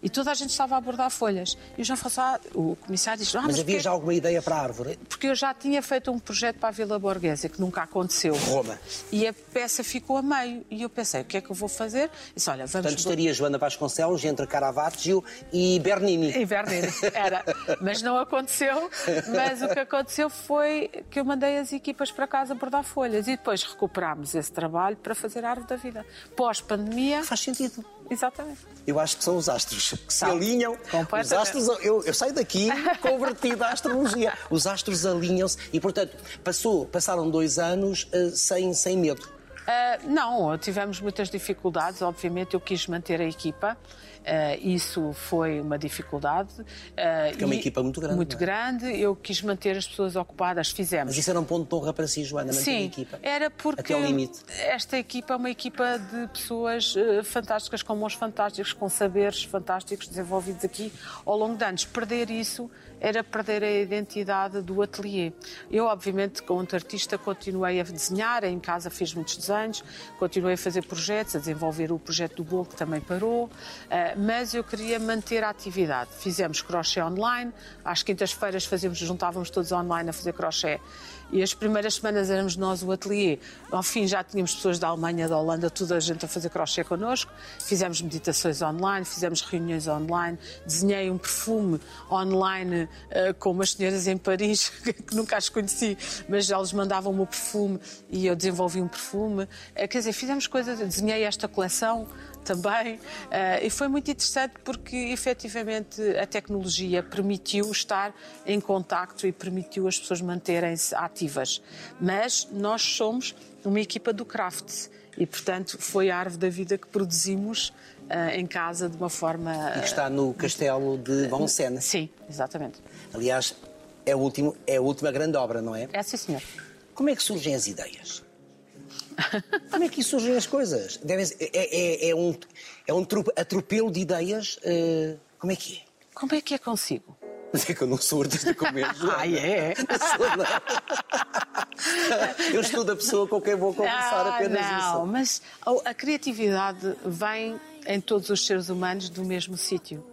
S2: E toda a gente estava a abordar folhas. E o Jean François, o comissário, disse: Ah, mas,
S1: Mas havia
S2: porquê-
S1: já alguma ideia para a árvore?
S2: porque eu já tinha feito um projeto para a Vila Borghese, que nunca aconteceu.
S1: Roma.
S2: E a peça ficou a meio. E eu pensei, o que é que eu vou fazer? Disse, olha, vamos...
S1: Portanto, estaria Joana Vasconcelos entre Caravaggio e Bernini.
S2: Em Berlim, era. Mas não aconteceu. Mas o que aconteceu foi que eu mandei as equipas para casa bordar folhas e depois recuperámos esse trabalho para fazer a árvore da vida. Pós-pandemia.
S1: Faz sentido.
S2: Exatamente.
S1: Eu acho que são os astros que se
S2: Não.
S1: alinham. Os
S2: Completamente.
S1: astros, eu, eu saio daqui convertida à astrologia. Os astros alinham-se e, portanto, passou, passaram dois anos eh, sem, sem medo.
S2: Ah, não, tivemos muitas dificuldades, obviamente eu quis manter a equipa Eh, isso foi uma dificuldade. eh,
S1: Porque é uma
S2: e-
S1: equipa muito grande,
S2: Muito
S1: não é?
S2: grande. Eu quis manter as pessoas ocupadas, fizemos.
S1: Mas isso era um ponto de honra para si, Joana, manter a
S2: Sim,
S1: equipa.
S2: era
S1: Até
S2: porque
S1: ao limite.
S2: esta equipa é uma equipa de pessoas eh, fantásticas, com mãos fantásticas, com saberes fantásticos desenvolvidos aqui ao longo de anos. Perder isso era perder a identidade do ateliê. Eu, obviamente, como artista, continuei a desenhar, em casa fiz muitos desenhos, continuei a fazer projetos, a desenvolver o projeto do bolo, que também parou, eh, mas eu queria manter a atividade. Fizemos crochê online, às quintas-feiras fazíamos, juntávamos todos online a fazer crochê. E as primeiras semanas éramos nós o ateliê. Ao fim já tínhamos pessoas da Alemanha, da Holanda, toda a gente a fazer crochê connosco. Fizemos meditações online, fizemos reuniões online. Desenhei um perfume online eh, com umas senhoras em Paris que nunca as conheci, mas elas mandavam-me o perfume e eu desenvolvi um perfume. Eh, quer dizer, fizemos coisas, eu desenhei esta coleção também. eh, e foi muito interessante porque efetivamente a tecnologia permitiu estar em contacto e permitiu as pessoas manterem-se ativas. Mas nós somos uma equipa do craft e, portanto, foi a árvore da vida que produzimos eh, em casa de uma forma.
S1: E que está
S2: Ah.
S1: no castelo de Von Sena.
S2: Sim, exatamente.
S1: Aliás, é, o último, é a última grande obra, não é?
S2: É sim, senhor.
S1: Como é que surgem as ideias? Como é que surgem as coisas? Devem ser- é, é- é um, é um tru- atropelo de ideias? eh, como é que é?
S2: Como é que é consigo?
S1: Mas é que eu não sou artista como eles.
S2: Ah, é?
S1: Não sou, não. Eu estudo a pessoa com quem vou conversar,
S2: Ah,
S1: apenas
S2: não,
S1: isso.
S2: mas a, a criatividade vem em todos os seres humanos do mesmo sítio.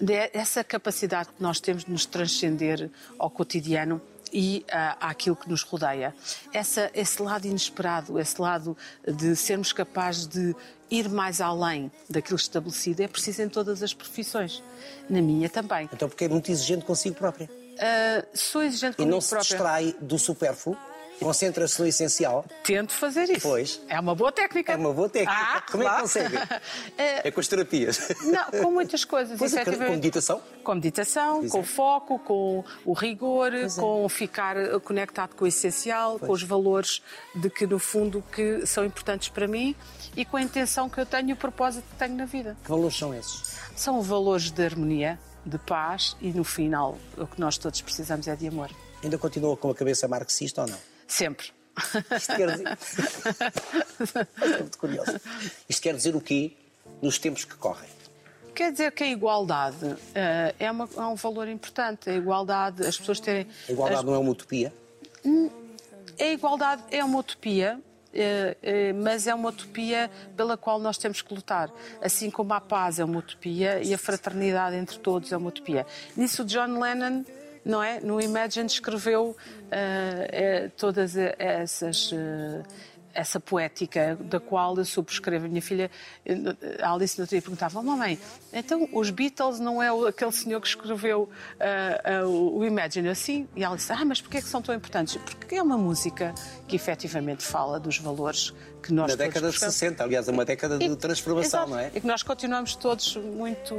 S2: De- Essa capacidade que nós temos de nos transcender ao cotidiano e ah, àquilo que nos rodeia. Essa, esse lado inesperado, esse lado de sermos capazes de ir mais além daquilo estabelecido é preciso em todas as profissões. Na minha também.
S1: Então, porque é muito exigente consigo própria.
S2: Ah, sou exigente
S1: E não
S2: comigo
S1: se
S2: própria.
S1: distrai do supérfluo, concentra-se no essencial.
S2: Tento fazer isso.
S1: Pois.
S2: É uma boa técnica.
S1: É uma boa técnica.
S2: Ah,
S1: Como é que
S2: claro.
S1: consegue?
S2: Eh,
S1: É com as terapias.
S2: Não, com muitas coisas,
S1: Pois é, com
S2: efetivamente.
S1: meditação?
S2: Com meditação,
S1: Pois
S2: com
S1: é.
S2: foco, com o rigor, com ficar eh, conectado com o essencial, com os valores de que, no fundo, que são importantes para mim e com a intenção que eu tenho e o propósito que tenho na vida.
S1: Que valores são esses?
S2: São valores de harmonia, de paz e, no final, o que nós todos precisamos é de amor.
S1: Ainda continua com a cabeça marxista ou não?
S2: Sempre.
S1: Isto quer dizer. Estou muito curioso. Isto quer dizer o quê nos tempos que correm?
S2: Quer dizer que a igualdade eh, é, uma- é um valor importante. A igualdade, as pessoas terem.
S1: A igualdade não é uma utopia?
S2: A igualdade é uma utopia, eh, eh, mas é uma utopia pela qual nós temos que lutar. Assim como a paz é uma utopia e a fraternidade entre todos é uma utopia. Nisso, John Lennon. Não é? No Imagine escreveu eh, eh, todas eh, essas, eh, essa poética da qual eu subscrevo. A minha filha, eh, a Alice, no outro dia perguntava: "Oh, Mamãe, então os Beatles não é o- aquele senhor que escreveu ah, ah, o o Imagine? Eu, Sim. E ela disse: Ah, mas porquê é que são tão importantes? Porque é uma música que efetivamente fala dos valores que
S1: Na
S2: nós todos
S1: década de
S2: buscamos.
S1: 60, aliás, é uma década de
S2: E-
S1: transformação,
S2: Exato.
S1: não é?
S2: E que nós continuamos todos muito.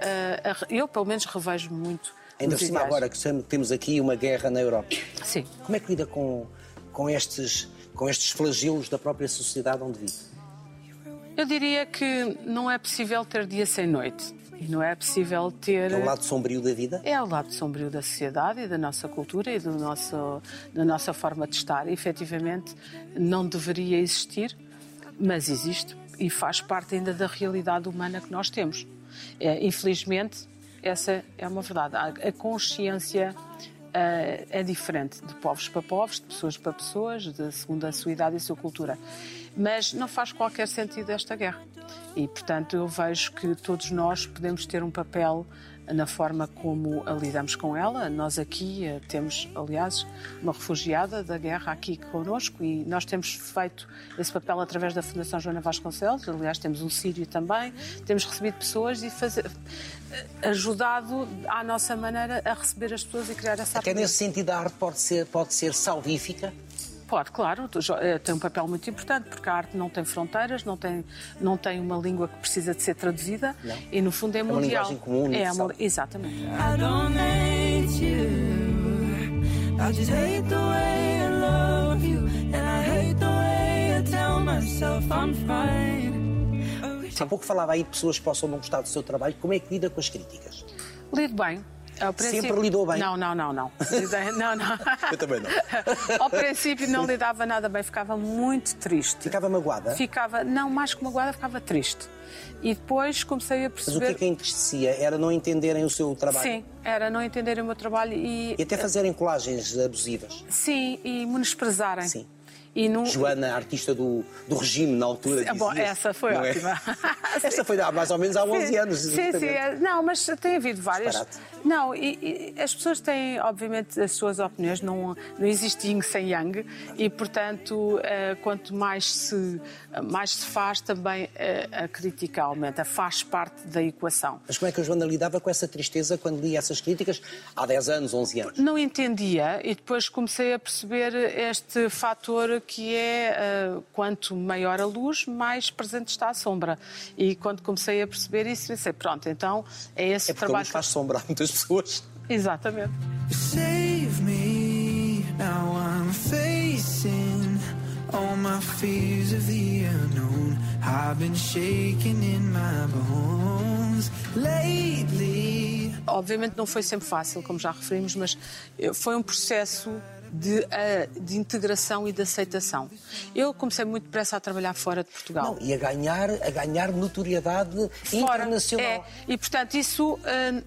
S2: ah, a re- eu, pelo menos, revejo muito.
S1: Ainda
S2: os
S1: por cima,
S2: ideais.
S1: agora que temos aqui uma guerra na Europa.
S2: Sim.
S1: Como é que lida com, com, estes, com estes flagelos da própria sociedade onde vive?
S2: Eu diria que não é possível ter dia sem noite. E não é possível ter.
S1: É o lado sombrio da vida?
S2: É o lado sombrio da sociedade e da nossa cultura e do nosso, da nossa forma de estar. Efetivamente, não deveria existir, mas existe e faz parte ainda da realidade humana que nós temos. É, infelizmente, essa é uma verdade. A- A consciência eh, é diferente de povos para povos, de pessoas para pessoas, de, segundo a sua idade e a sua cultura. Mas não faz qualquer sentido esta guerra. E, portanto, eu vejo que todos nós podemos ter um papel na forma como a lidamos com ela. Nós aqui eh, temos, aliás, uma refugiada da guerra aqui connosco e nós temos feito esse papel através da Fundação Joana Vasconcelos. Aliás, temos um sírio também. Temos recebido pessoas e faze- eh, ajudado à nossa maneira a receber as pessoas e criar essa
S1: Até
S2: acolhida.
S1: nesse sentido, a arte pode ser, pode ser salvífica.
S2: Pode, claro, tu jo- eh, tem um papel muito importante, porque a arte não tem fronteiras, não tem, não tem uma língua que precisa de ser traduzida e, no fundo, é,
S1: uma
S2: mundial.
S1: linguagem comum,
S2: é
S1: universal.
S2: uma, Exatamente.
S4: I don't hate you. I just hate the way I love you. And I hate the way I tell myself I'm fine.
S1: Há pouco falava aí de pessoas que possam não gostar do seu trabalho. Como é que lida com as críticas?
S2: Lido bem. Ao princípio-
S1: Sempre lidou bem?
S2: Não, não, não, não. não, não.
S1: Eu também não.
S2: Ao princípio não lidava nada bem, ficava muito triste.
S1: Ficava magoada?
S2: Ficava, não, mais que magoada, ficava triste. E depois comecei a
S1: Mas o que é
S2: perceber.
S1: que a entristecia? Era não entenderem o seu trabalho?
S2: Sim, era não entenderem o meu trabalho e.
S1: E até fazerem colagens abusivas?
S2: Sim, e menosprezarem.
S1: Sim.
S2: E não.
S1: Joana, artista do, do regime na altura,
S2: Ah, bom,
S1: dizia-se,
S2: essa foi
S1: não é?
S2: ótima.
S1: Essa foi há mais ou menos há 11 anos.
S2: Sim, sim,
S1: exatamente.
S2: é- não, mas tem havido várias.
S1: Disparate.
S2: Não, e, e as pessoas têm, obviamente, as suas opiniões, não, não existe yin sem yang, e portanto, eh, quanto mais se, mais se faz, também eh, a crítica aumenta, faz parte da equação.
S1: Mas como é que a Joana lidava com essa tristeza quando lia essas críticas há 10 anos, 11 anos? É
S2: Não entendia e depois comecei a perceber este fator que é ah, quanto maior a luz, mais presente está a sombra. E quando comecei a perceber isso, pensei, pronto, então é esse
S1: É porque a
S2: trabalho.
S1: luz faz sombra a muitas pessoas.
S2: que- Exatamente.
S3: Save me, now I'm facing all my fears of the unknown. I've been shaking in my bones lately.
S2: Obviamente não foi sempre fácil, como já referimos, mas eh, foi um processo de, ah, de integração e de aceitação. Eu comecei muito depressa a trabalhar fora de Portugal.
S1: Não, e a ganhar, a ganhar notoriedade
S2: fora.
S1: internacional.
S2: É. E portanto, isso hum,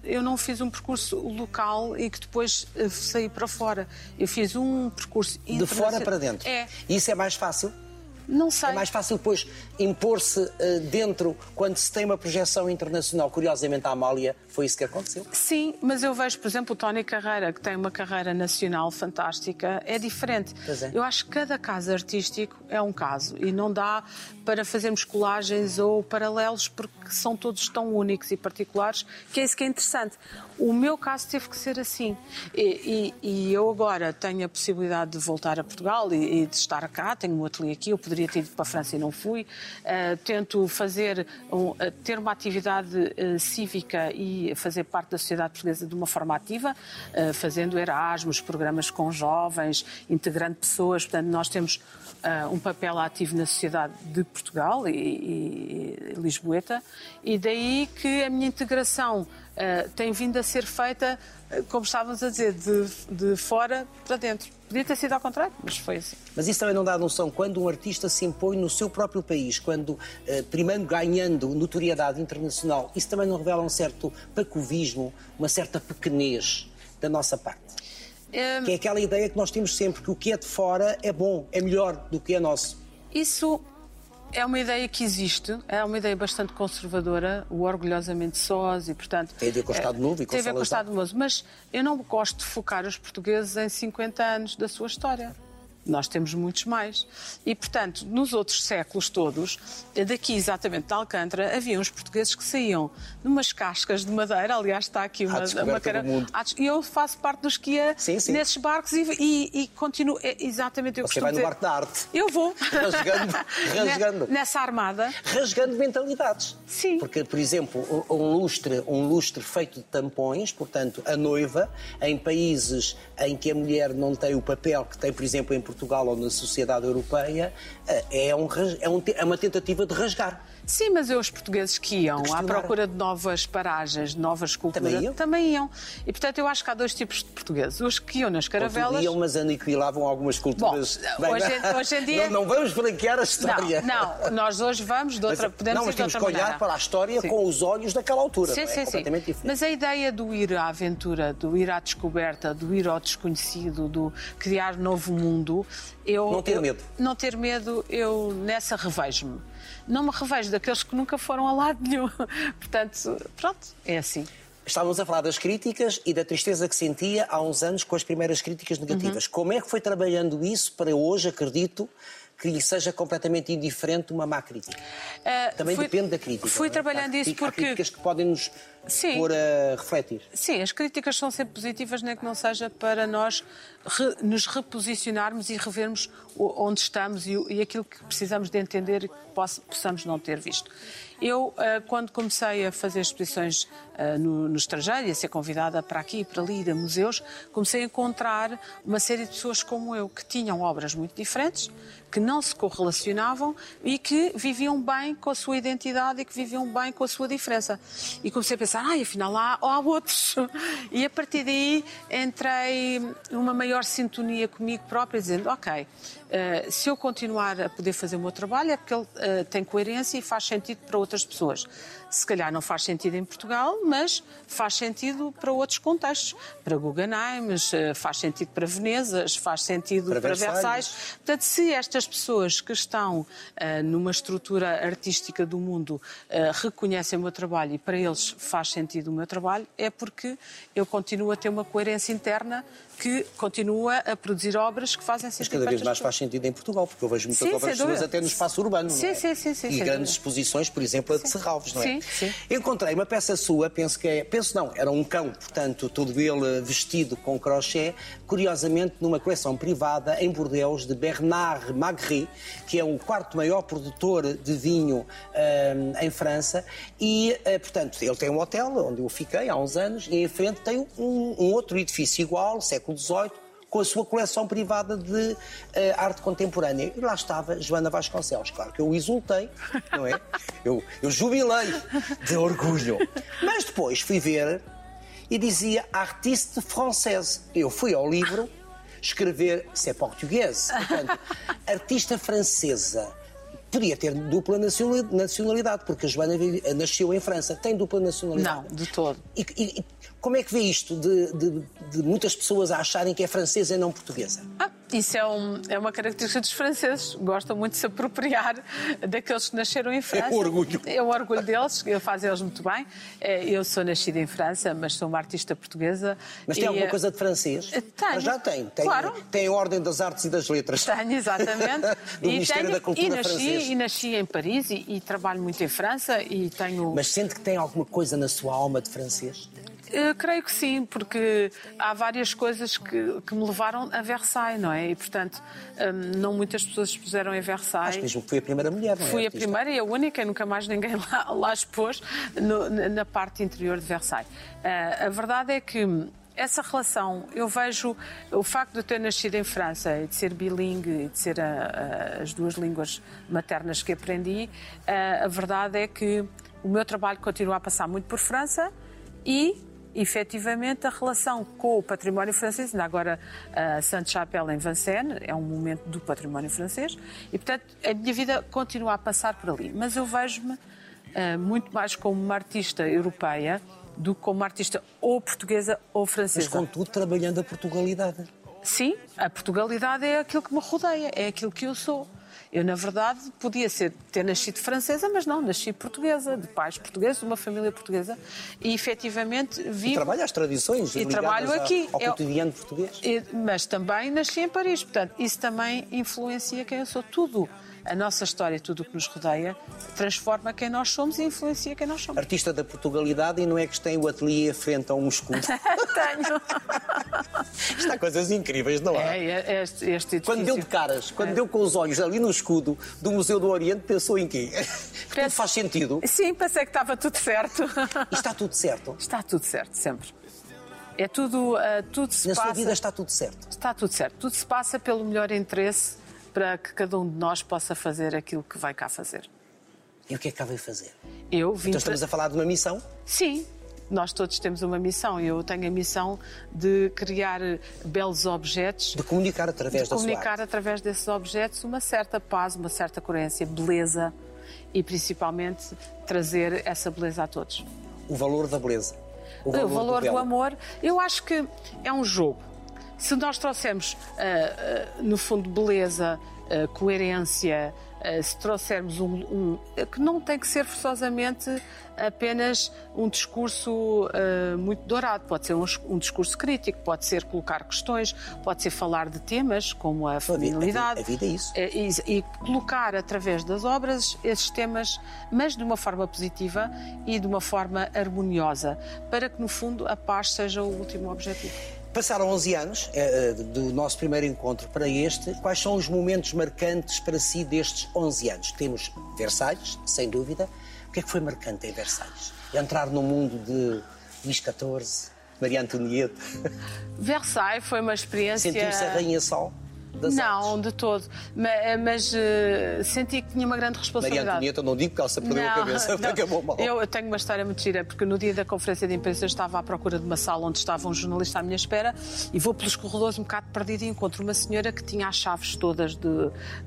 S2: eu não fiz um percurso local e que depois eh, saí para fora. Eu fiz um percurso
S1: De fora para dentro.
S2: É,
S1: E Isso é mais fácil?
S2: não sei.
S1: É mais fácil depois impor-se eh, dentro quando se tem uma projeção internacional. Curiosamente, a Amália foi isso que aconteceu.
S2: Sim, mas eu vejo, por exemplo, o Tony Carreira, que tem uma carreira nacional fantástica, é diferente.
S1: Pois é.
S2: Eu acho que cada caso artístico é um caso e não dá para fazermos colagens ou paralelos porque são todos tão únicos e particulares que é isso que é interessante. O meu caso teve que ser assim. E, e- e eu agora tenho a possibilidade de voltar a Portugal e, e de estar cá, tenho um ateliê aqui, eu poderia ter ido para a França e não fui. Ah, tento fazer, um- ah, ter uma atividade eh, cívica e fazer parte da sociedade portuguesa de uma forma ativa, eh, fazendo Erasmus, programas com jovens, integrando pessoas. Portanto, nós temos ah, um papel ativo na sociedade de Portugal e, e- e Lisboeta, e daí que a minha integração ah, tem vindo a ser feita, ah, como estávamos a dizer, de, de fora para dentro. Podia ter sido ao contrário, mas foi assim.
S1: Mas isso também não dá noção quando um artista se impõe no seu próprio país, quando eh, primeiro ganhando notoriedade internacional, isso também não revela um certo pacovismo, uma certa pequenez da nossa parte.
S2: Ah,
S1: Que é aquela ideia que nós temos sempre que o que é de fora é bom, é melhor do que é nosso.
S2: Isso é uma ideia que existe, é uma ideia bastante conservadora, o orgulhosamente sós e, portanto...
S1: Tem a ver com o Estado
S2: eh,
S1: Novo e com
S2: Tem a ver com o
S1: Salazar.
S2: Estado Novo, mas eu não gosto de focar os portugueses em 50 anos da sua história. Nós temos muitos mais. E, portanto, nos outros séculos todos, eh, daqui exatamente de Alcântara, havia uns portugueses que saíam de umas cascas de madeira, aliás está aqui uma...
S1: descoberta
S2: uma
S1: do mundo.
S2: à des- E eu faço parte dos que ia
S1: Sim, sim.
S2: nesses barcos e, e, e continuo... é exatamente, eu
S1: Você vai
S2: costumo
S1: no
S2: dizer-
S1: barco da arte.
S2: eu vou.
S1: Rasgando, rasgando.
S2: Ne- Nessa armada.
S1: rasgando mentalidades.
S2: Sim.
S1: Porque, por exemplo, um um lustre, um lustre feito de tampões, portanto, a noiva, em países em que a mulher não tem o papel que tem, por exemplo, em Portugal ou na sociedade europeia, eh, é, um ras- é um te- é uma tentativa de rasgar.
S2: Sim, mas eu, os portugueses que iam à
S1: Questionar.
S2: procura de novas paragens, de novas culturas,
S1: Também iam?
S2: iam. E, portanto, eu acho que há dois tipos de portugueses. Os que iam nas
S1: Outro
S2: caravelas...
S1: dia, mas aniquilavam algumas culturas.
S2: Bom, hoje em- hoje em dia-
S1: Não, não vamos branquear a história.
S2: Não, não, nós hoje vamos de
S1: Mas,
S2: outra, podemos
S1: não, mas
S2: ir de
S1: temos
S2: outra
S1: que olhar
S2: maneira.
S1: para a história
S2: Sim.
S1: com os olhos daquela altura.
S2: Sim,
S1: não é?
S2: sim,
S1: é
S2: sim.
S1: completamente diferente.
S2: Mas a ideia do ir à aventura, do ir à descoberta, do ir ao desconhecido, do criar novo mundo, eu
S1: Não ter
S2: eu-
S1: medo.
S2: não ter medo, eu nessa revejo-me. Não me revejo daqueles que nunca foram a lado nenhum. Portanto, pronto, é assim.
S1: Estávamos a falar das críticas e da tristeza que sentia há uns anos com as primeiras críticas negativas.
S2: Uhum.
S1: Como é que foi trabalhando isso para hoje, acredito, que lhe seja completamente indiferente uma má crítica?
S2: Ah,
S1: Também
S2: fui-
S1: depende da crítica.
S2: Fui
S1: não é?
S2: trabalhando
S1: Há
S2: isso
S1: crítica- há
S2: porque
S1: críticas que podem nos
S2: Sim.
S1: pôr a refletir.
S2: Sim, as críticas são sempre positivas, nem que não seja para nós re- nos reposicionarmos e revermos o- onde estamos e, o- e aquilo que precisamos de entender e que poss- possamos não ter visto. Eu, ah, quando comecei a fazer exposições ah, no, no estrangeiro e a ser convidada para aqui e para ali, ir a museus, comecei a encontrar uma série de pessoas como eu, que tinham obras muito diferentes, que não se correlacionavam e que viviam bem com a sua identidade e que viviam bem com a sua diferença. E comecei a pensar, ah, afinal há, há outros. E a partir daí entrei numa maior sintonia comigo própria, dizendo, ok, eh, se eu continuar a poder fazer o meu trabalho é porque ele eh, tem coerência e faz sentido para outras pessoas. Se calhar não faz sentido em Portugal, mas faz sentido para outros contextos. Para Guggenheim, mas, eh, faz sentido para Veneza, faz sentido
S1: Para
S2: para,
S1: Versalhes.
S2: Versalhes. Portanto, se estas pessoas que estão ah, numa estrutura artística do mundo ah, reconhecem o meu trabalho e para eles faz sentido o meu trabalho, é porque eu continuo a ter uma coerência interna que continua a produzir obras que fazem
S1: Mas
S2: sentido.
S1: cada
S2: para
S1: vez mais
S2: estas
S1: faz sentido em Portugal, porque eu vejo muitas
S2: Sim,
S1: obras
S2: sem dúvida.
S1: suas até no espaço urbano.
S2: Sim,
S1: não é?
S2: sim, sim, sim,
S1: E
S2: sem
S1: grandes
S2: dúvida.
S1: exposições, por exemplo, a de Serralves, não é?
S2: Sim, sim.
S1: Encontrei uma peça sua, penso que é. Penso não, era um cão, portanto, todo ele vestido com crochê, curiosamente numa coleção privada em Bordeaux de Bernard Magri, que é o quarto maior produtor de vinho hum, em França. E, eh, portanto, ele tem um hotel onde eu fiquei há uns anos, e em frente tem um, um outro edifício igual, século XVIII com a sua coleção privada de eh, arte contemporânea. E lá estava Joana Vasconcelos. Claro que eu exultei, não é? Eu, eu jubilei de orgulho. Mas depois fui ver e dizia artiste française. Eu fui ao livro escrever, se é português, portanto, artista francesa. Podia ter dupla nacionali- nacionalidade, porque a Joana vive- nasceu em França. Tem dupla nacionalidade?
S2: Não, de todo.
S1: E, e- e como é que vê isto de, de- de muitas pessoas a acharem que é francesa e não portuguesa?
S2: Ah, isso é, um- é uma característica dos franceses. Gostam muito de se apropriar daqueles que nasceram em França.
S1: o orgulho.
S2: É o orgulho deles, eu fazem eles muito bem. Eh, Eu sou nascida em França, mas sou uma artista portuguesa.
S1: Mas tem
S2: E,
S1: alguma
S2: eh,
S1: coisa de francês?
S2: Tenho.
S1: Mas já tem. Tem,
S2: Claro.
S1: tem a Ordem das Artes e das Letras.
S2: Tenho, exatamente.
S1: Do Ministério da Cultura
S2: e nasci,
S1: francês.
S2: e nasci em Paris e, e trabalho muito em França e tenho.
S1: Mas sente que tem alguma coisa na sua alma de francês?
S2: Eu Eh, creio que sim, porque há várias coisas que, que me levaram a Versailles, não é? E portanto, hum, não muitas pessoas expuseram em Versailles.
S1: Mesmo que foi a primeira mulher, não é?
S2: Fui a
S1: artista?
S2: primeira e a única, nunca mais ninguém lá, lá expôs no- na na parte interior de Versailles. Ah, a verdade é que essa relação, eu vejo o facto de eu ter nascido em França e de ser bilingue e de ser ah, ah, as duas línguas maternas que aprendi, ah, a verdade é que o meu trabalho continua a passar muito por França e efetivamente a relação com o património francês, ainda agora a Sainte-Chapelle em Vincennes, é um momento do património francês, e portanto a minha vida continua a passar por ali. Mas eu vejo-me ah, muito mais como uma artista europeia do que como uma artista ou portuguesa ou
S1: Mas
S2: francesa.
S1: contudo trabalhando a Portugalidade.
S2: Sim, a Portugalidade é aquilo que me rodeia, é aquilo que eu sou. Eu, na verdade, podia ser, ter nascido francesa, mas não, nasci portuguesa, de pais portugueses, de uma família portuguesa, e efetivamente
S1: E
S2: vivo.
S1: trabalha as tradições.
S2: E
S1: ligadas
S2: trabalho
S1: à-
S2: aqui. É
S1: Ao
S2: Eu-
S1: cotidiano português.
S2: E- Mas também nasci em Paris, portanto, isso também influencia quem eu sou. Tudo, a nossa história, tudo o que nos rodeia, transforma quem nós somos e influencia quem nós somos.
S1: Artista da Portugalidade e não é que tem o ateliê em frente a um escudo.
S2: Tenho.
S1: Está coisas incríveis, não é?
S2: É, é, este, este
S1: Quando deu de
S2: edifício.
S1: caras, quando
S2: É.
S1: deu com os olhos ali no escudo do Museu do Oriente, pensou em quê? Tudo faz sentido.
S2: Sim, pensei que estava tudo certo.
S1: E está tudo certo.
S2: Está tudo certo, sempre. É tudo, ah, tudo se
S1: Na sua
S2: passa.
S1: vida está tudo certo.
S2: Está tudo certo. Tudo se passa pelo melhor interesse para que cada um de nós possa fazer aquilo que vai cá fazer.
S1: E o que é que cá veio fazer?
S2: Eu vim
S1: Então
S2: para-
S1: estamos a falar de uma missão.
S2: Sim, nós todos temos uma missão. Eu tenho a missão de criar belos objetos,
S1: De comunicar através
S2: de comunicar
S1: da
S2: através desses objetos uma certa paz, uma certa coerência, beleza e principalmente trazer essa beleza a todos.
S1: sua arte. O valor da beleza. O
S2: O valor do,
S1: belo.
S2: amor, eu acho que é um jogo. Se nós trouxermos, ah, ah, no fundo, beleza, ah, coerência, ah, se trouxermos um, um- que não tem que ser forçosamente apenas um discurso ah, muito dourado, pode ser um, es- um discurso crítico, pode ser colocar questões, pode ser falar de temas como a
S1: A vida, a vida-
S2: feminilidade.
S1: a vida é isso.
S2: É, E, e colocar através das obras esses temas, mas de uma forma positiva e de uma forma harmoniosa, para que no fundo a paz seja o último objetivo.
S1: Passaram 11 anos eh, eh, do nosso primeiro encontro para este. Quais são os momentos marcantes para si destes 11 anos? Temos Versalhes, sem dúvida. O que é que foi marcante em Versalhes? Entrar no mundo de Luís XIV, Maria Antonieta,
S2: Versailles foi uma experiência.
S1: sentir-se a rainha-sol. das
S2: Não,
S1: artes.
S2: de todo. Ma- eh, Mas, eh, senti que tinha uma grande
S1: Maria
S2: responsabilidade.
S1: Antonieta, não digo que ela se perdeu a
S2: Não,
S1: cabeça,
S2: não.
S1: acabou mal.
S2: Eu tenho uma história muito gira, porque no dia da conferência de imprensa eu estava à procura de uma sala onde estava um jornalista à minha espera e vou pelos corredores um bocado perdida e encontro uma senhora que tinha as chaves todas de,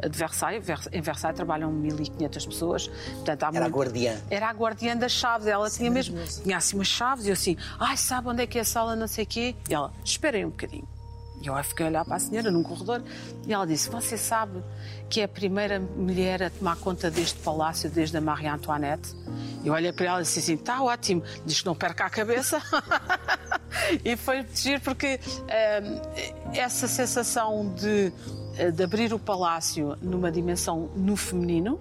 S2: de Versailles. Vers- Em Versailles trabalham 1.500 pessoas. Portanto, há
S1: Era a
S2: muito-
S1: guardiã.
S2: Era a guardiã das chaves. Ela tinha mesmo. Tinha assim umas chaves e eu assim, ai, sabe onde é que é a sala, não sei o quê. E ela, esperem um bocadinho. E eu fiquei a olhar para a senhora num corredor e ela disse: Você sabe que é a primeira mulher a tomar conta deste palácio desde a Marie Antoinette? Eu olhei para ela e disse assim: Está ótimo, diz que não perca a cabeça. e foi giro porque hum, essa sensação de, Eh, de abrir o palácio numa dimensão no feminino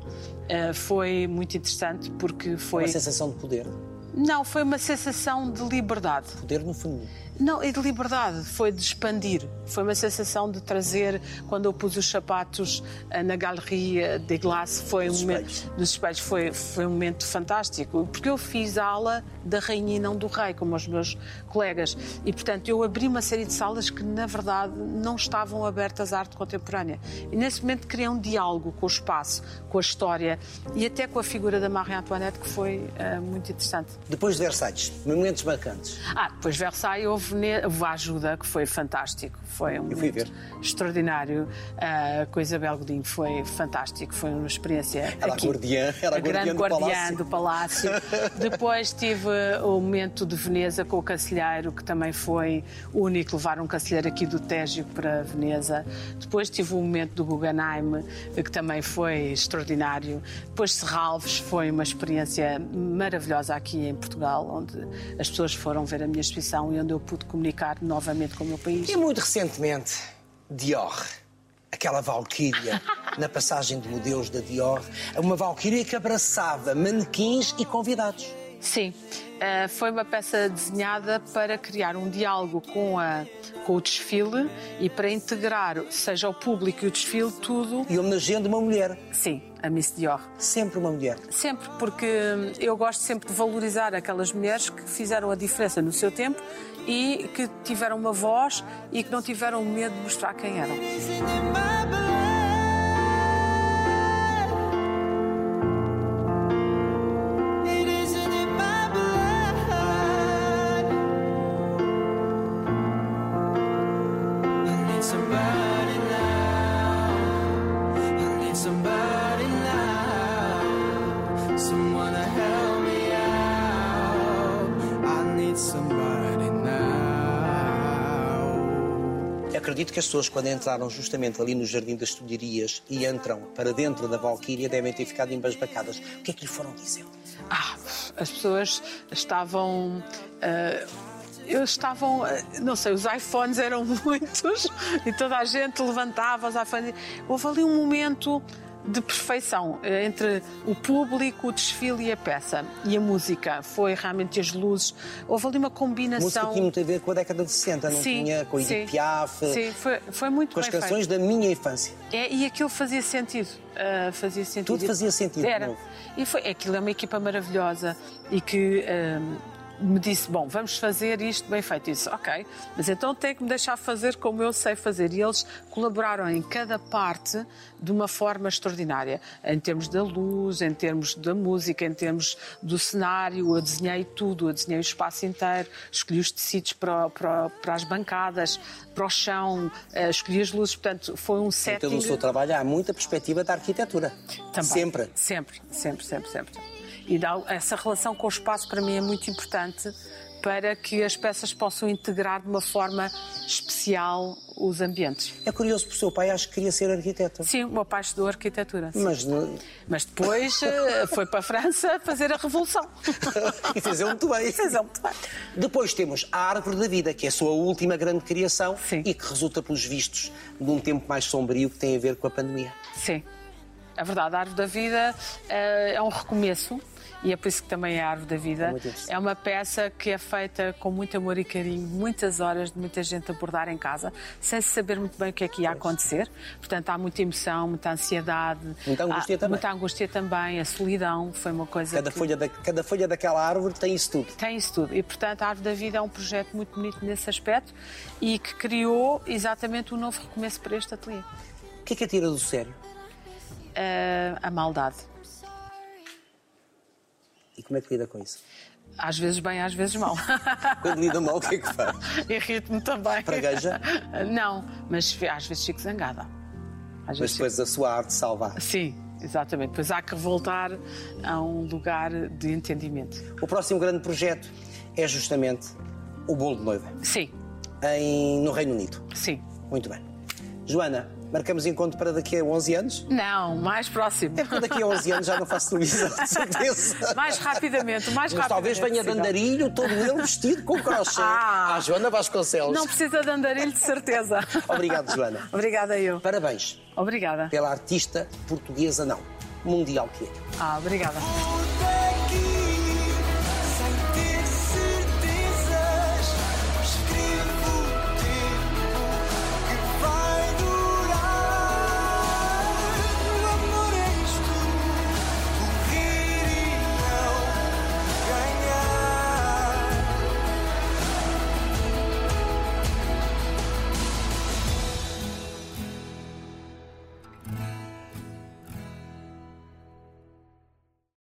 S2: eh, foi muito interessante porque foi.
S1: Uma sensação de poder.
S2: Não, foi uma sensação de liberdade.
S1: Poder no feminino.
S2: Não, e de liberdade, foi de expandir. Foi uma sensação de trazer, quando eu pus os sapatos ah, na galeria de glace, foi
S1: Dos
S2: um momento
S1: espelhos.
S2: dos espelhos, foi, foi um momento fantástico, porque eu fiz a ala da rainha e não do rei, como os meus colegas. E, portanto, eu abri uma série de salas que, na verdade, não estavam abertas à arte contemporânea. E, nesse momento, criei um diálogo com o espaço, com a história e até com a figura da Marie Antoinette, que foi ah, muito interessante.
S1: Depois de Versalhes, momentos marcantes.
S2: Ah, depois Versailles houve, ne- houve a ajuda, que foi fantástico. Foi um
S1: Eu fui
S2: momento
S1: ver.
S2: extraordinário. Ah, com a Isabel Godinho foi fantástico, foi uma experiência.
S1: Era a
S2: aqui.
S1: guardiã- era a guardiã
S2: grande
S1: do
S2: guardiã
S1: palácio.
S2: do palácio. Depois tive eh, o momento de Veneza com o cancelheiro, que também foi único, levar um cancelheiro aqui do Tégio para Veneza. Depois tive o momento do Guggenheim, eh, que também foi extraordinário. Depois Serralves, foi uma experiência maravilhosa aqui em Portugal, onde as pessoas foram ver a minha exposição e onde eu pude comunicar novamente com o meu país.
S1: E muito recentemente, Dior. Aquela valquíria na passagem de modelos da Dior. Uma valquíria que abraçava manequins e convidados.
S2: Sim, eh, foi uma peça desenhada para criar um diálogo com, a, com o desfile e para integrar, seja o público e o desfile, tudo.
S1: E homenageando uma mulher.
S2: Sim, a Miss Dior.
S1: Sempre uma mulher.
S2: Sempre, porque hum, eu gosto sempre de valorizar aquelas mulheres que fizeram a diferença no seu tempo e que tiveram uma voz e que não tiveram medo de mostrar quem eram.
S3: Poison in my blood. It isn't in my blood. I need somebody now. I need somebody now. Someone to help me out. I need somebody now.
S1: Acredito que as pessoas, quando entraram justamente ali no Jardim das Tulherias e entram para dentro da Valquíria, devem ter ficado embasbacadas. O que é que lhe foram dizer?
S2: Ah, as pessoas estavam. ah, eu estavam, ah, não sei, os iPhones eram muitos e toda a gente levantava os iPhones. Houve ali um momento de perfeição eh, entre o público, o desfile e a peça. E a música, foi realmente as luzes. Houve ali uma
S1: Música
S2: combinação.
S1: tinha muito a ver com a década de 60, não
S2: Sim,
S1: tinha? Com Edith
S2: sim.
S1: Piaf,
S2: Sim, foi, foi muito
S1: com as
S2: bem feito.
S1: canções da minha infância.
S2: É, e aquilo fazia sentido. ah, fazia sentido.
S1: Tudo fazia sentido,
S2: Era.
S1: não?
S2: E foi, aquilo é uma equipa maravilhosa e que ah, me disse: Bom, vamos fazer isto bem feito. Eu disse: Ok, mas então tem que me deixar fazer como eu sei fazer. E eles colaboraram em cada parte de uma forma extraordinária em termos da luz, em termos da música, em termos do cenário. Eu desenhei tudo, eu desenhei o espaço inteiro, escolhi os tecidos para, para, para as bancadas, para o chão, ah, escolhi as luzes. Portanto, foi um
S1: Em
S2: setting.
S1: todo o Então, seu trabalho há muita perspectiva da arquitetura.
S2: Também.
S1: Sempre.
S2: Sempre, sempre, sempre, sempre. E dá- essa relação com o espaço para mim é muito importante para que as peças possam integrar de uma forma especial os ambientes.
S1: É curioso, porque o seu pai acho que queria ser arquiteto.
S2: Sim, o meu pai estudou arquitetura. sim.
S1: Mas não-
S2: Mas depois eh, foi para a França fazer a revolução.
S1: e fez muito bem.
S2: Fez muito bem.
S1: Depois temos a Árvore da Vida, que é a sua última grande criação
S2: Sim.
S1: e que resulta, pelos vistos, de um tempo mais sombrio que tem a ver com a pandemia.
S2: Sim. A verdade, a árvore da vida eh, é um recomeço. E é por isso que também é a Árvore da Vida.
S1: muito interessante.
S2: É uma peça que é feita com muito amor e carinho, muitas horas de muita gente a bordar em casa, sem se saber muito bem o que é que ia acontecer. Portanto, há muita emoção, muita ansiedade.
S1: Muita angústia
S2: há-
S1: também.
S2: Muita angústia também. A solidão foi uma coisa
S1: Cada
S2: que
S1: folha, da, cada folha daquela árvore tem isso tudo.
S2: tem isso tudo. E, portanto, a Árvore da Vida é um projeto muito bonito nesse aspecto e que criou exatamente um novo recomeço para este ateliê.
S1: O que é que a tira do sério?
S2: Eh, a maldade.
S1: E como é que lida com isso?
S2: Às vezes bem, às vezes mal.
S1: Quando lida mal, o que é que faz?
S2: Irrito-me também. Ah,
S1: Pragueja?
S2: Não, mas fi- às vezes fico zangada.
S1: Mas
S2: Às vezes
S1: depois a sua arte salva.
S2: fico- Sim, exatamente. Pois há que voltar a um lugar de entendimento.
S1: O próximo grande projeto é justamente o bolo de noiva,
S2: Sim,
S1: em, no Reino Unido.
S2: sim.
S1: Muito bem. Joana, marcamos encontro para daqui a 11 anos?
S2: Não, mais próximo.
S1: É porque daqui a 11 anos já não faço televisão, de certeza.
S2: Mais rapidamente, o mais
S1: Mas
S2: rapidamente
S1: talvez venha de
S2: possível.
S1: andarilho, todo ele vestido com crochê.
S2: Ah.
S1: Ah, Joana Vasconcelos.
S2: Não precisa de andarilho, de certeza.
S1: Obrigado, Joana.
S2: Obrigada eu.
S1: Parabéns
S2: Obrigada.
S1: pela artista portuguesa, não, mundial que é.
S2: Ah, obrigada.
S3: Would they